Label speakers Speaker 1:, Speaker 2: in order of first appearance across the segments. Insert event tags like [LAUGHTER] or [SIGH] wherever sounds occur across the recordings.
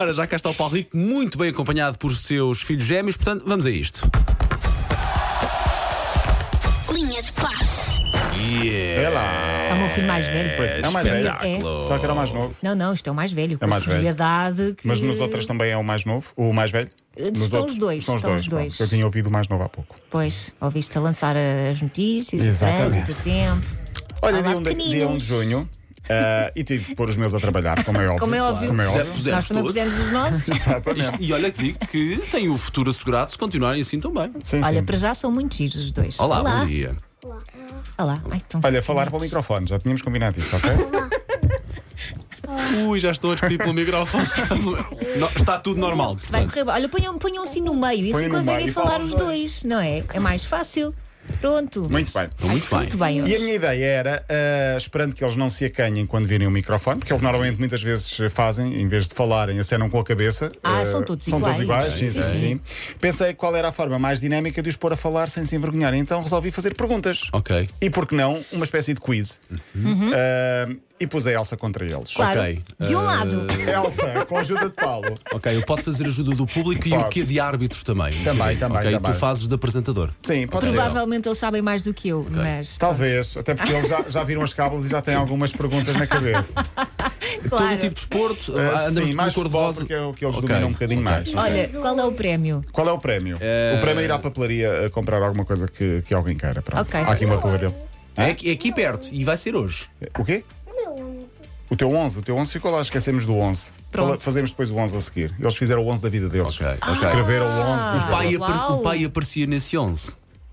Speaker 1: Ora, já cá está o Paulo Rico, muito bem acompanhado por seus filhos gêmeos, portanto, vamos a isto.
Speaker 2: Linha de passe.
Speaker 1: Yeah!
Speaker 3: É o meu filho mais velho.
Speaker 4: Pois é, é o mais velho.
Speaker 1: Espetáculo.
Speaker 4: Só que era o mais novo.
Speaker 3: Não, não, isto é o mais velho. com
Speaker 4: mais
Speaker 3: a verdade que.
Speaker 4: Mas nos outras também é o mais novo, o mais velho.
Speaker 3: Eh,
Speaker 4: Nos
Speaker 3: estão
Speaker 4: outros-
Speaker 3: os dois,
Speaker 4: São os
Speaker 3: estão
Speaker 4: dois.
Speaker 3: os dois.
Speaker 4: pronto. Eu tinha ouvido o mais novo há pouco.
Speaker 3: Pois, ouviste a lançar eh, as notícias,
Speaker 4: Exatamente.
Speaker 3: o trânsito, o tempo.
Speaker 4: Olha,
Speaker 3: Olá,
Speaker 4: dia 1 de, dia um de
Speaker 3: pequeninos.
Speaker 4: junho. ah, e tive de pôr os meus a trabalhar, como é óbvio.
Speaker 3: [LAUGHS] Como é óbvio.
Speaker 4: Como é
Speaker 1: Zero
Speaker 4: óbvio.
Speaker 1: por zero,
Speaker 3: Nós também
Speaker 1: todos.
Speaker 3: pusemos os nossos.
Speaker 1: Isto- E olha que digo-te que tem o futuro assegurado se continuarem assim também.
Speaker 4: Sim,
Speaker 3: Olha,
Speaker 4: sim.
Speaker 3: para já são muito giros os dois.
Speaker 1: Olá,
Speaker 3: Olá.
Speaker 1: bom dia.
Speaker 3: Olá. Ai, tão
Speaker 4: Olha, falar para o
Speaker 3: bonitos.
Speaker 4: microfone, já tínhamos combinado isso, ok?
Speaker 1: Ui, já estou a repetir pelo
Speaker 3: [LAUGHS]
Speaker 1: microfone. Não, está tudo normal.
Speaker 3: Vai
Speaker 1: portanto.
Speaker 3: correr bem. Olha, ponham, ponham assim no meio e
Speaker 4: Põe
Speaker 3: assim
Speaker 4: no
Speaker 3: conseguem
Speaker 4: meio e
Speaker 3: falar
Speaker 4: falam
Speaker 3: os
Speaker 4: os
Speaker 3: dois, não é? É mais fácil. Pronto.
Speaker 4: Muito bem.
Speaker 1: Estão muito bem.
Speaker 3: Ai, Muito bem
Speaker 4: E
Speaker 3: hoje.
Speaker 4: a minha ideia era, ah, esperando que eles não se acanhem quando virem o microfone, porque eles normalmente muitas vezes eh, fazem, em vez de falarem, acenam com a cabeça.
Speaker 3: Ah,
Speaker 4: eh,
Speaker 3: são todos
Speaker 4: são
Speaker 3: iguais.
Speaker 4: Todos iguais sim,
Speaker 3: Sim,
Speaker 4: sim,
Speaker 3: sim.
Speaker 4: sim. Pensei qual era a forma mais dinâmica de os pôr a falar sem se envergonharem, então resolvi fazer perguntas.
Speaker 1: Ok.
Speaker 4: E por que não, uma espécie de quiz. Ah, e pus a Elsa contra eles.
Speaker 3: Uhum. Claro.
Speaker 1: Ok.
Speaker 3: De um
Speaker 1: Eh,
Speaker 3: lado.
Speaker 4: Elsa, com a ajuda de Paulo.
Speaker 1: Ok, eu posso fazer ajuda do público e o
Speaker 4: Podes.
Speaker 1: que é de árbitros também.
Speaker 4: Também,
Speaker 1: Ok,
Speaker 4: também,
Speaker 1: Tu
Speaker 4: também.
Speaker 1: fazes de apresentador.
Speaker 4: Sim, pode ser.
Speaker 3: Provavelmente eles sabem mais do que eu, mas.
Speaker 4: Talvez, até porque eles já, já viram as cábulas e já têm algumas perguntas na cabeça.
Speaker 3: Claro.
Speaker 1: Todo tipo de esporto,
Speaker 4: Ah,
Speaker 1: andamos
Speaker 4: sim,
Speaker 1: de
Speaker 4: mais
Speaker 1: cor de
Speaker 4: futebol
Speaker 1: rosa.
Speaker 4: porque é o que eles
Speaker 1: Ok,
Speaker 4: dominam um bocadinho
Speaker 1: ok.
Speaker 4: mais.
Speaker 3: Olha, qual é o prémio?
Speaker 4: Qual é o prémio? O prémio é ir à papelaria a comprar alguma coisa que, que alguém queira. Pronto.
Speaker 3: Ok.
Speaker 4: Há aqui uma papelaria.
Speaker 1: É aqui, é aqui perto e vai ser hoje.
Speaker 4: O quê? O teu 11, o teu 11 ficou lá, esquecemos do 11.
Speaker 3: Pronto.
Speaker 4: Fala- Fazemos depois o 11 a seguir. Eles fizeram o 11 da vida deles.
Speaker 1: Ok,
Speaker 4: Eles
Speaker 1: ok.
Speaker 4: Escreveram o 11 dos
Speaker 3: Ah,
Speaker 1: O pai,
Speaker 3: uau.
Speaker 1: apare- o pai aparecia nesse 11.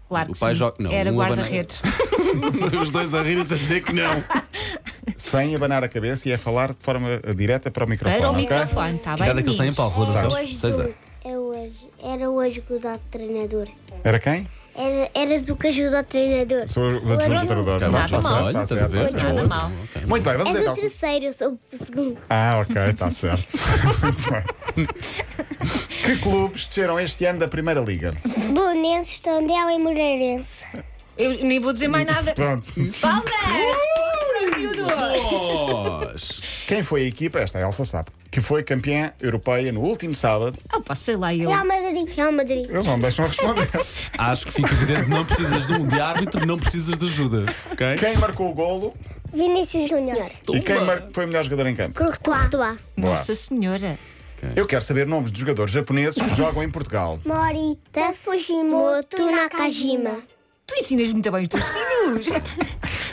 Speaker 3: Claro
Speaker 1: O
Speaker 3: que
Speaker 1: pai
Speaker 3: sim.
Speaker 1: joga- não, um
Speaker 3: Era
Speaker 1: o Labanera.
Speaker 3: guarda-redes.
Speaker 1: [LAUGHS] Os dois a rirem-se a dizer que não.
Speaker 4: sem abanar a cabeça e é falar de forma eh, direta para o microfone.
Speaker 3: Para o
Speaker 4: ok?
Speaker 3: microfone, está bem?
Speaker 1: Cada que eles têm
Speaker 3: meninos?
Speaker 1: Paulo,
Speaker 2: É
Speaker 1: relação.
Speaker 2: hoje
Speaker 1: Seis
Speaker 2: do-
Speaker 1: anos.
Speaker 2: é hoje. Era hoje que o dado treinador.
Speaker 4: Era quem?
Speaker 2: Era, eras o que ajuda o treinador.
Speaker 4: Sou eu, o
Speaker 2: Era-
Speaker 4: administrador.
Speaker 3: um Nada
Speaker 4: Está
Speaker 3: mal.
Speaker 4: certo,
Speaker 1: Olha,
Speaker 4: está
Speaker 1: estás a
Speaker 4: certo,
Speaker 1: ver?
Speaker 4: está
Speaker 3: Nada
Speaker 4: certo.
Speaker 3: mal.
Speaker 4: Muito bem, vamos
Speaker 2: És
Speaker 4: então.
Speaker 2: o terceiro, eu sou o segundo.
Speaker 4: Ah, ok, está
Speaker 3: [LAUGHS]
Speaker 4: certo. Muito bem. Que clubes desceram este ano da Primeira Liga?
Speaker 2: Bonenses, Tondela e Moreirense.
Speaker 3: Eu nem vou dizer mais nada.
Speaker 4: Pronto.
Speaker 3: Palmas! Ponto para o miúdo!
Speaker 1: Nós.
Speaker 4: Quem foi a equipa? Esta a Elsa sabe. Que foi campeã europeia no último sábado.
Speaker 3: Ah, pá, sei lá, eu.
Speaker 2: Real Madrid, Real Madrid.
Speaker 4: Eles não me deixam responder.
Speaker 1: Acho que fica evidente que não precisas de um de árbitro, não precisas de ajuda. Ok?
Speaker 4: [LAUGHS] Quem marcou o golo
Speaker 2: Vinícius Júnior.
Speaker 4: e quem mar- foi o melhor jogador em campo?
Speaker 2: Courtois.
Speaker 3: Nossa Senhora!
Speaker 4: Eu quero saber nomes de jogadores japoneses que jogam em Portugal.
Speaker 2: Morita. Fujimoto Nakajima.
Speaker 3: Tu ensinas muito bem os teus filhos!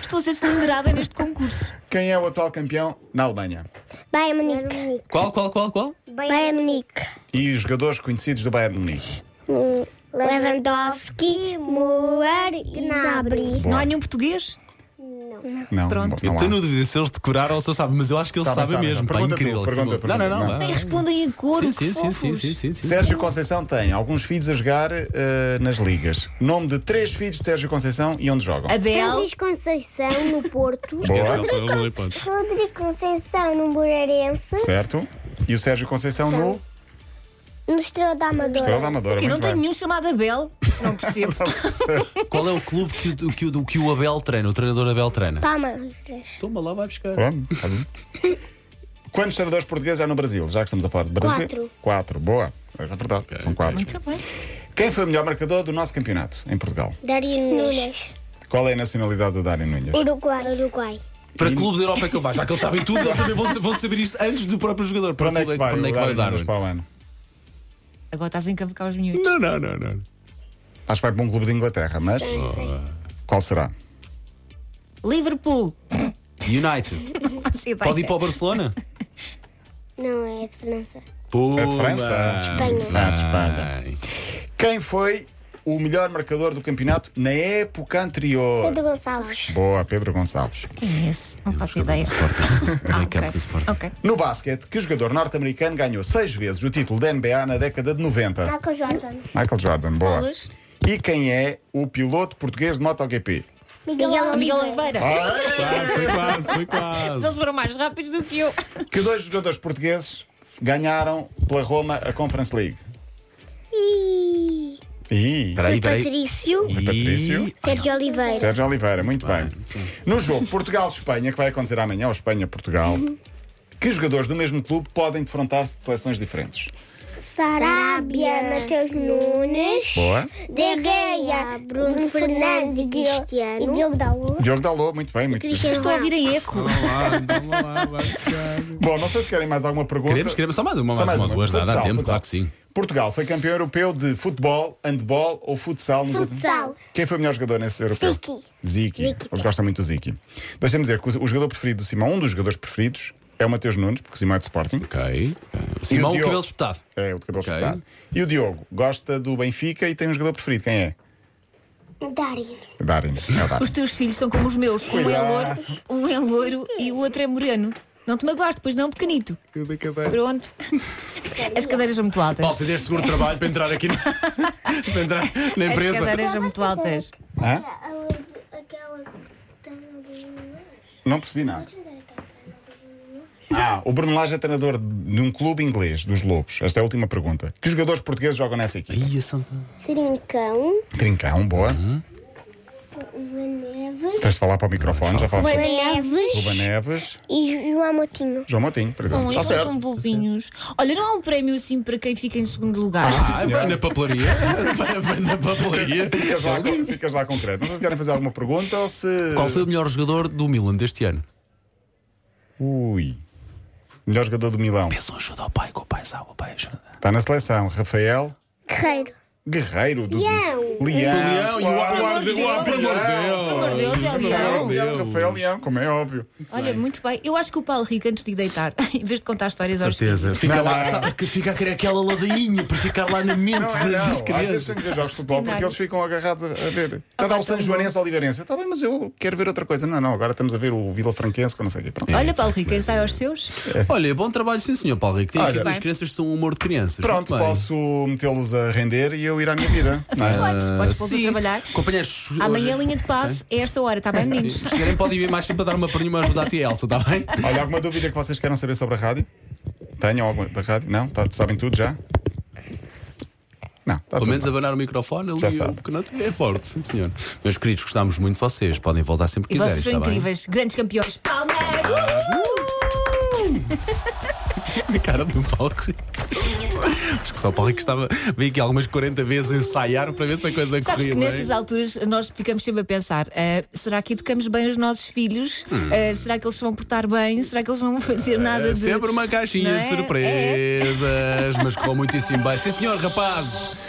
Speaker 3: Estou a ser cilindrada neste concurso.
Speaker 4: Quem é o atual campeão na Alemanha?
Speaker 2: Bayern Munique.
Speaker 1: Qual, qual, qual, qual?
Speaker 2: Bayern Munique.
Speaker 4: E os jogadores conhecidos do Bayern de Munique?
Speaker 2: Lewandowski, Müller e Gnabry.
Speaker 3: Não há nenhum português?
Speaker 4: Não.
Speaker 3: Pronto.
Speaker 4: não há.
Speaker 1: Estou na dúvida se eles decoraram ou se eles sabem, mas eu acho que eles
Speaker 4: Sabem,
Speaker 1: sabem,
Speaker 4: sabem,
Speaker 1: mesmo.
Speaker 4: não.
Speaker 1: Pá,
Speaker 4: Pergunta tu,
Speaker 1: incrível. que
Speaker 4: pergunta,
Speaker 1: bom. não, não, não.
Speaker 4: pergunta.
Speaker 1: vá.
Speaker 3: Nem respondem em
Speaker 1: Sim,
Speaker 3: coro,
Speaker 1: sim,
Speaker 3: que
Speaker 1: sim,
Speaker 3: fofos.
Speaker 1: sim, sim, sim, sim.
Speaker 4: Sérgio Conceição tem alguns filhos a jogar eh, nas ligas. Nome de três filhos de Sérgio Conceição e onde jogam?
Speaker 3: Abel,
Speaker 2: Francisco Conceição no Porto.
Speaker 4: Boa.
Speaker 1: é
Speaker 2: Rodrigo Conceição no Moreirense.
Speaker 4: Certo. E o Sérgio Conceição no
Speaker 2: No Estrela da Amadora.
Speaker 4: Estrela da Amadora.
Speaker 3: que não
Speaker 4: muito
Speaker 3: tem
Speaker 4: bem.
Speaker 3: nenhum chamado Abel. Não percebo.
Speaker 1: Qual é o clube que, o- que, o- que o Abel treina, o treinador Abel treina?
Speaker 2: Palmas.
Speaker 1: Toma lá, vai buscar.
Speaker 4: Pronto, tá bom. Quantos treinadores portugueses há no Brasil? Já que estamos a falar de Brasil.
Speaker 2: Quatro.
Speaker 4: Quatro, boa. Essa é verdade, são quatro.
Speaker 3: Muito bem.
Speaker 4: Quem foi o melhor marcador do nosso campeonato em Portugal?
Speaker 2: Dario Nunes.
Speaker 4: Qual é a nacionalidade do Dário Nunes?
Speaker 2: um Uruguai. Uruguai.
Speaker 1: Para que clube da Europa é que ele vai? Já que eles sabem tudo, eles também vão, vão saber isto antes do próprio jogador.
Speaker 4: Para onde é que vai,
Speaker 1: para onde é que
Speaker 4: o
Speaker 1: vai o
Speaker 4: Dário
Speaker 1: Darwin?
Speaker 4: Nunes para é o ano?
Speaker 3: Agora estás a encavacar os miúdos.
Speaker 1: Não, não, não, não.
Speaker 4: Acho que vai para um clube de Inglaterra, mas qual será?
Speaker 3: Liverpool.
Speaker 1: United.
Speaker 3: Não faço ideia.
Speaker 1: Pode ir para o Barcelona?
Speaker 2: Não é de França.
Speaker 1: Puma.
Speaker 4: É de França? Ah, de Espanha.
Speaker 1: Bem.
Speaker 4: Quem foi o melhor marcador do campeonato na época anterior?
Speaker 2: Pedro Gonçalves.
Speaker 4: Boa, Pedro Gonçalves.
Speaker 3: Quem é esse? Não faço ideia.
Speaker 1: [LAUGHS] Ah,
Speaker 3: ok. Ok.
Speaker 4: No basquete, que jogador norte-americano ganhou seis vezes o título da NBA na década de 90?
Speaker 2: Michael Tá Jordan.
Speaker 4: Michael Jordan, boa.
Speaker 3: Bolas.
Speaker 4: E quem é o piloto português de MotoGP?
Speaker 2: Miguel,
Speaker 3: Miguel Oliveira.
Speaker 1: Foi quase, foi quase.
Speaker 3: Eles foram mais rápidos do que eu.
Speaker 4: Que dois jogadores portugueses ganharam pela Roma a Conference League?
Speaker 2: E...
Speaker 4: Ih,
Speaker 1: Peraí, peraí.
Speaker 2: Patrício.
Speaker 1: E-
Speaker 4: Patrício.
Speaker 2: Sérgio Oliveira.
Speaker 4: Sérgio Oliveira, muito bem. No jogo Portugal-Espanha, que vai acontecer amanhã, ou Espanha-Portugal, Que jogadores do mesmo clube podem defrontar-se de seleções diferentes?
Speaker 2: Sarabia, Mateus Nunes.
Speaker 4: Boa.
Speaker 2: Derreia, Bruno Fernandes e Cristiano. E Diogo Daú.
Speaker 4: Diogo Dalô, muito bem, muito bem.
Speaker 3: Estou a ouvir em eco.
Speaker 4: Bom, não sei se querem mais alguma pergunta.
Speaker 1: Queremos, queremos só mais uma,
Speaker 4: Só
Speaker 1: mais uma, duas, dá, dá
Speaker 4: Futsal,
Speaker 1: tempo,
Speaker 4: futsal.
Speaker 1: claro que sim.
Speaker 4: Portugal foi campeão europeu de futebol, handball ou futsal nos
Speaker 2: Futsal.
Speaker 4: últimos. Quem foi o melhor jogador nesse europeu?
Speaker 2: Ziki.
Speaker 4: Ziki.
Speaker 2: Ziki.
Speaker 4: Eles gostam muito do Ziki. Deixa-me dizer que o o jogador preferido do Simão, um dos jogadores preferidos, é o Mateus Nunes, porque o Simão é de Sporting.
Speaker 1: Ok. O Simão, o
Speaker 4: Diogo?
Speaker 1: cabelo espetado.
Speaker 4: É, o de cabelo
Speaker 1: Ok.
Speaker 4: espetado. E o Diogo gosta do Benfica e tem um jogador preferido. Quem é?
Speaker 2: Darino.
Speaker 4: Darwin. É o Darwin.
Speaker 3: Os teus filhos são como os meus. Um é loiro, um é loiro e o outro é moreno. Não te magoaste, pois não, pequenito. Pronto. As cadeiras são muito altas.
Speaker 1: Paulo, fizeste seguro de trabalho para entrar aqui na, [LAUGHS] para entrar na
Speaker 3: As
Speaker 1: empresa.
Speaker 3: cadeiras são muito altas.
Speaker 4: Hã?
Speaker 2: Aquela que tá né? tem o Bruno
Speaker 4: Não percebi nada. Ah, o Bruno Lage é treinador de um clube inglês, dos Lobos. Esta é a última pergunta. Que jogadores portugueses jogam nessa equipe?
Speaker 1: Ia Santa.
Speaker 2: um Trincão.
Speaker 4: Trincão, boa.
Speaker 2: Rua Neves.
Speaker 4: Tens de falar para o microfone, já falas.
Speaker 2: Rua Neves.
Speaker 4: Ruba Neves,
Speaker 2: E João Motinho.
Speaker 4: João Motinho, por exemplo.
Speaker 3: Bom, é
Speaker 4: Tá
Speaker 3: eles
Speaker 4: certo.
Speaker 3: são tão bobinhos. Olha, não há um prémio assim para quem fica em segundo lugar.
Speaker 1: Ah, vai na papelaria. Vai- Vai na papelaria.
Speaker 4: Ficas lá, com- ficas lá concreto. Não sei se querem fazer alguma pergunta ou se.
Speaker 1: Qual foi o melhor jogador do Milan deste ano?
Speaker 4: Ui. Melhor jogador do Milão.
Speaker 1: Pensa um ajuda ao pai, que o pai sabe, o pai ajuda.
Speaker 4: Está na seleção. Rafael
Speaker 2: Guerreiro.
Speaker 4: Guerreiro do.
Speaker 2: Leão.
Speaker 4: Leão.
Speaker 1: Leão e o
Speaker 4: claro.
Speaker 1: Ar- o Ar-
Speaker 3: Deus.
Speaker 1: o Ar- por amor de Deus.
Speaker 3: Pelo amor de Deus, é o
Speaker 4: Leão,
Speaker 3: leão.
Speaker 4: Leão, Rafael Leão, como é óbvio.
Speaker 3: Olha, muito bem. Eu acho que o Paulo Rico, antes de deitar, [LAUGHS] em vez de contar histórias aos
Speaker 1: Certeza. Fica
Speaker 4: Não,
Speaker 1: lá,
Speaker 4: não.
Speaker 1: sabe que fica a querer aquela ladainha para ficar lá na mente
Speaker 4: Não, é,
Speaker 1: das- das
Speaker 4: não. Às vezes
Speaker 1: crianças.
Speaker 4: tenho que ver jogos de futebol porque eles ficam agarrados a, a ver.
Speaker 1: Ah,
Speaker 4: Está a dar o São Joanense ao Oliveirense. Está bem, mas eu quero ver outra coisa. Não, não, agora estamos a ver o Vila Franquense, que eu não sei o quê.
Speaker 1: É,
Speaker 4: Pronto.
Speaker 3: Olha, Paulo Rico, ensaia aos seus.
Speaker 1: Olha, bom trabalho, sim, senhor Paulo Rico. Tem aqui
Speaker 4: assim. Olha.
Speaker 1: duas crianças que são um humor de crianças.
Speaker 4: Pronto,
Speaker 1: Muito bem.
Speaker 4: posso metê-los a render e eu ir à minha vida. Não é?
Speaker 3: Podes, podes voltar a
Speaker 1: Ah, Sim.
Speaker 3: trabalhar.
Speaker 1: Companheiros,
Speaker 3: Amanhã,
Speaker 1: hoje-
Speaker 3: linha de passe, é esta hora, está bem, meninos?
Speaker 1: Se querem, podem vir mais sempre a dar uma perninha e uma ajuda à tia Elsa, está bem?
Speaker 4: Olha, alguma dúvida que vocês queiram saber sobre a rádio? Tenham alguma da rádio? Não? Tá- sabem tudo já? Não, está
Speaker 1: Pelo
Speaker 4: tudo.
Speaker 1: menos abanar o microfone
Speaker 4: Já
Speaker 1: ali,
Speaker 4: sabe.
Speaker 1: porque não é forte, sim, senhor. Meus queridos, gostámos muito de vocês. Podem voltar sempre que
Speaker 3: E
Speaker 1: quiserem.
Speaker 3: vocês são
Speaker 1: está bem? Ah,
Speaker 3: incríveis, grandes campeões. Palmas!
Speaker 1: [LAUGHS] A cara do Paulo Rico. Acho que só o Paulo Rico estava. Vim aqui algumas 40 vezes ensaiar para ver se a coisa
Speaker 3: Sabes
Speaker 1: corria
Speaker 3: que
Speaker 1: bem.
Speaker 3: nestas alturas nós ficamos sempre a pensar: ah, será que educamos bem os nossos filhos?
Speaker 1: Hum.
Speaker 3: Ah, será que eles se vão portar bem? Será que eles não vão fazer nada de.
Speaker 1: É, Sempre uma caixinha
Speaker 3: Não
Speaker 1: de
Speaker 3: é?
Speaker 1: surpresas, mas correu muitíssimo bem. Sim, senhor, rapazes.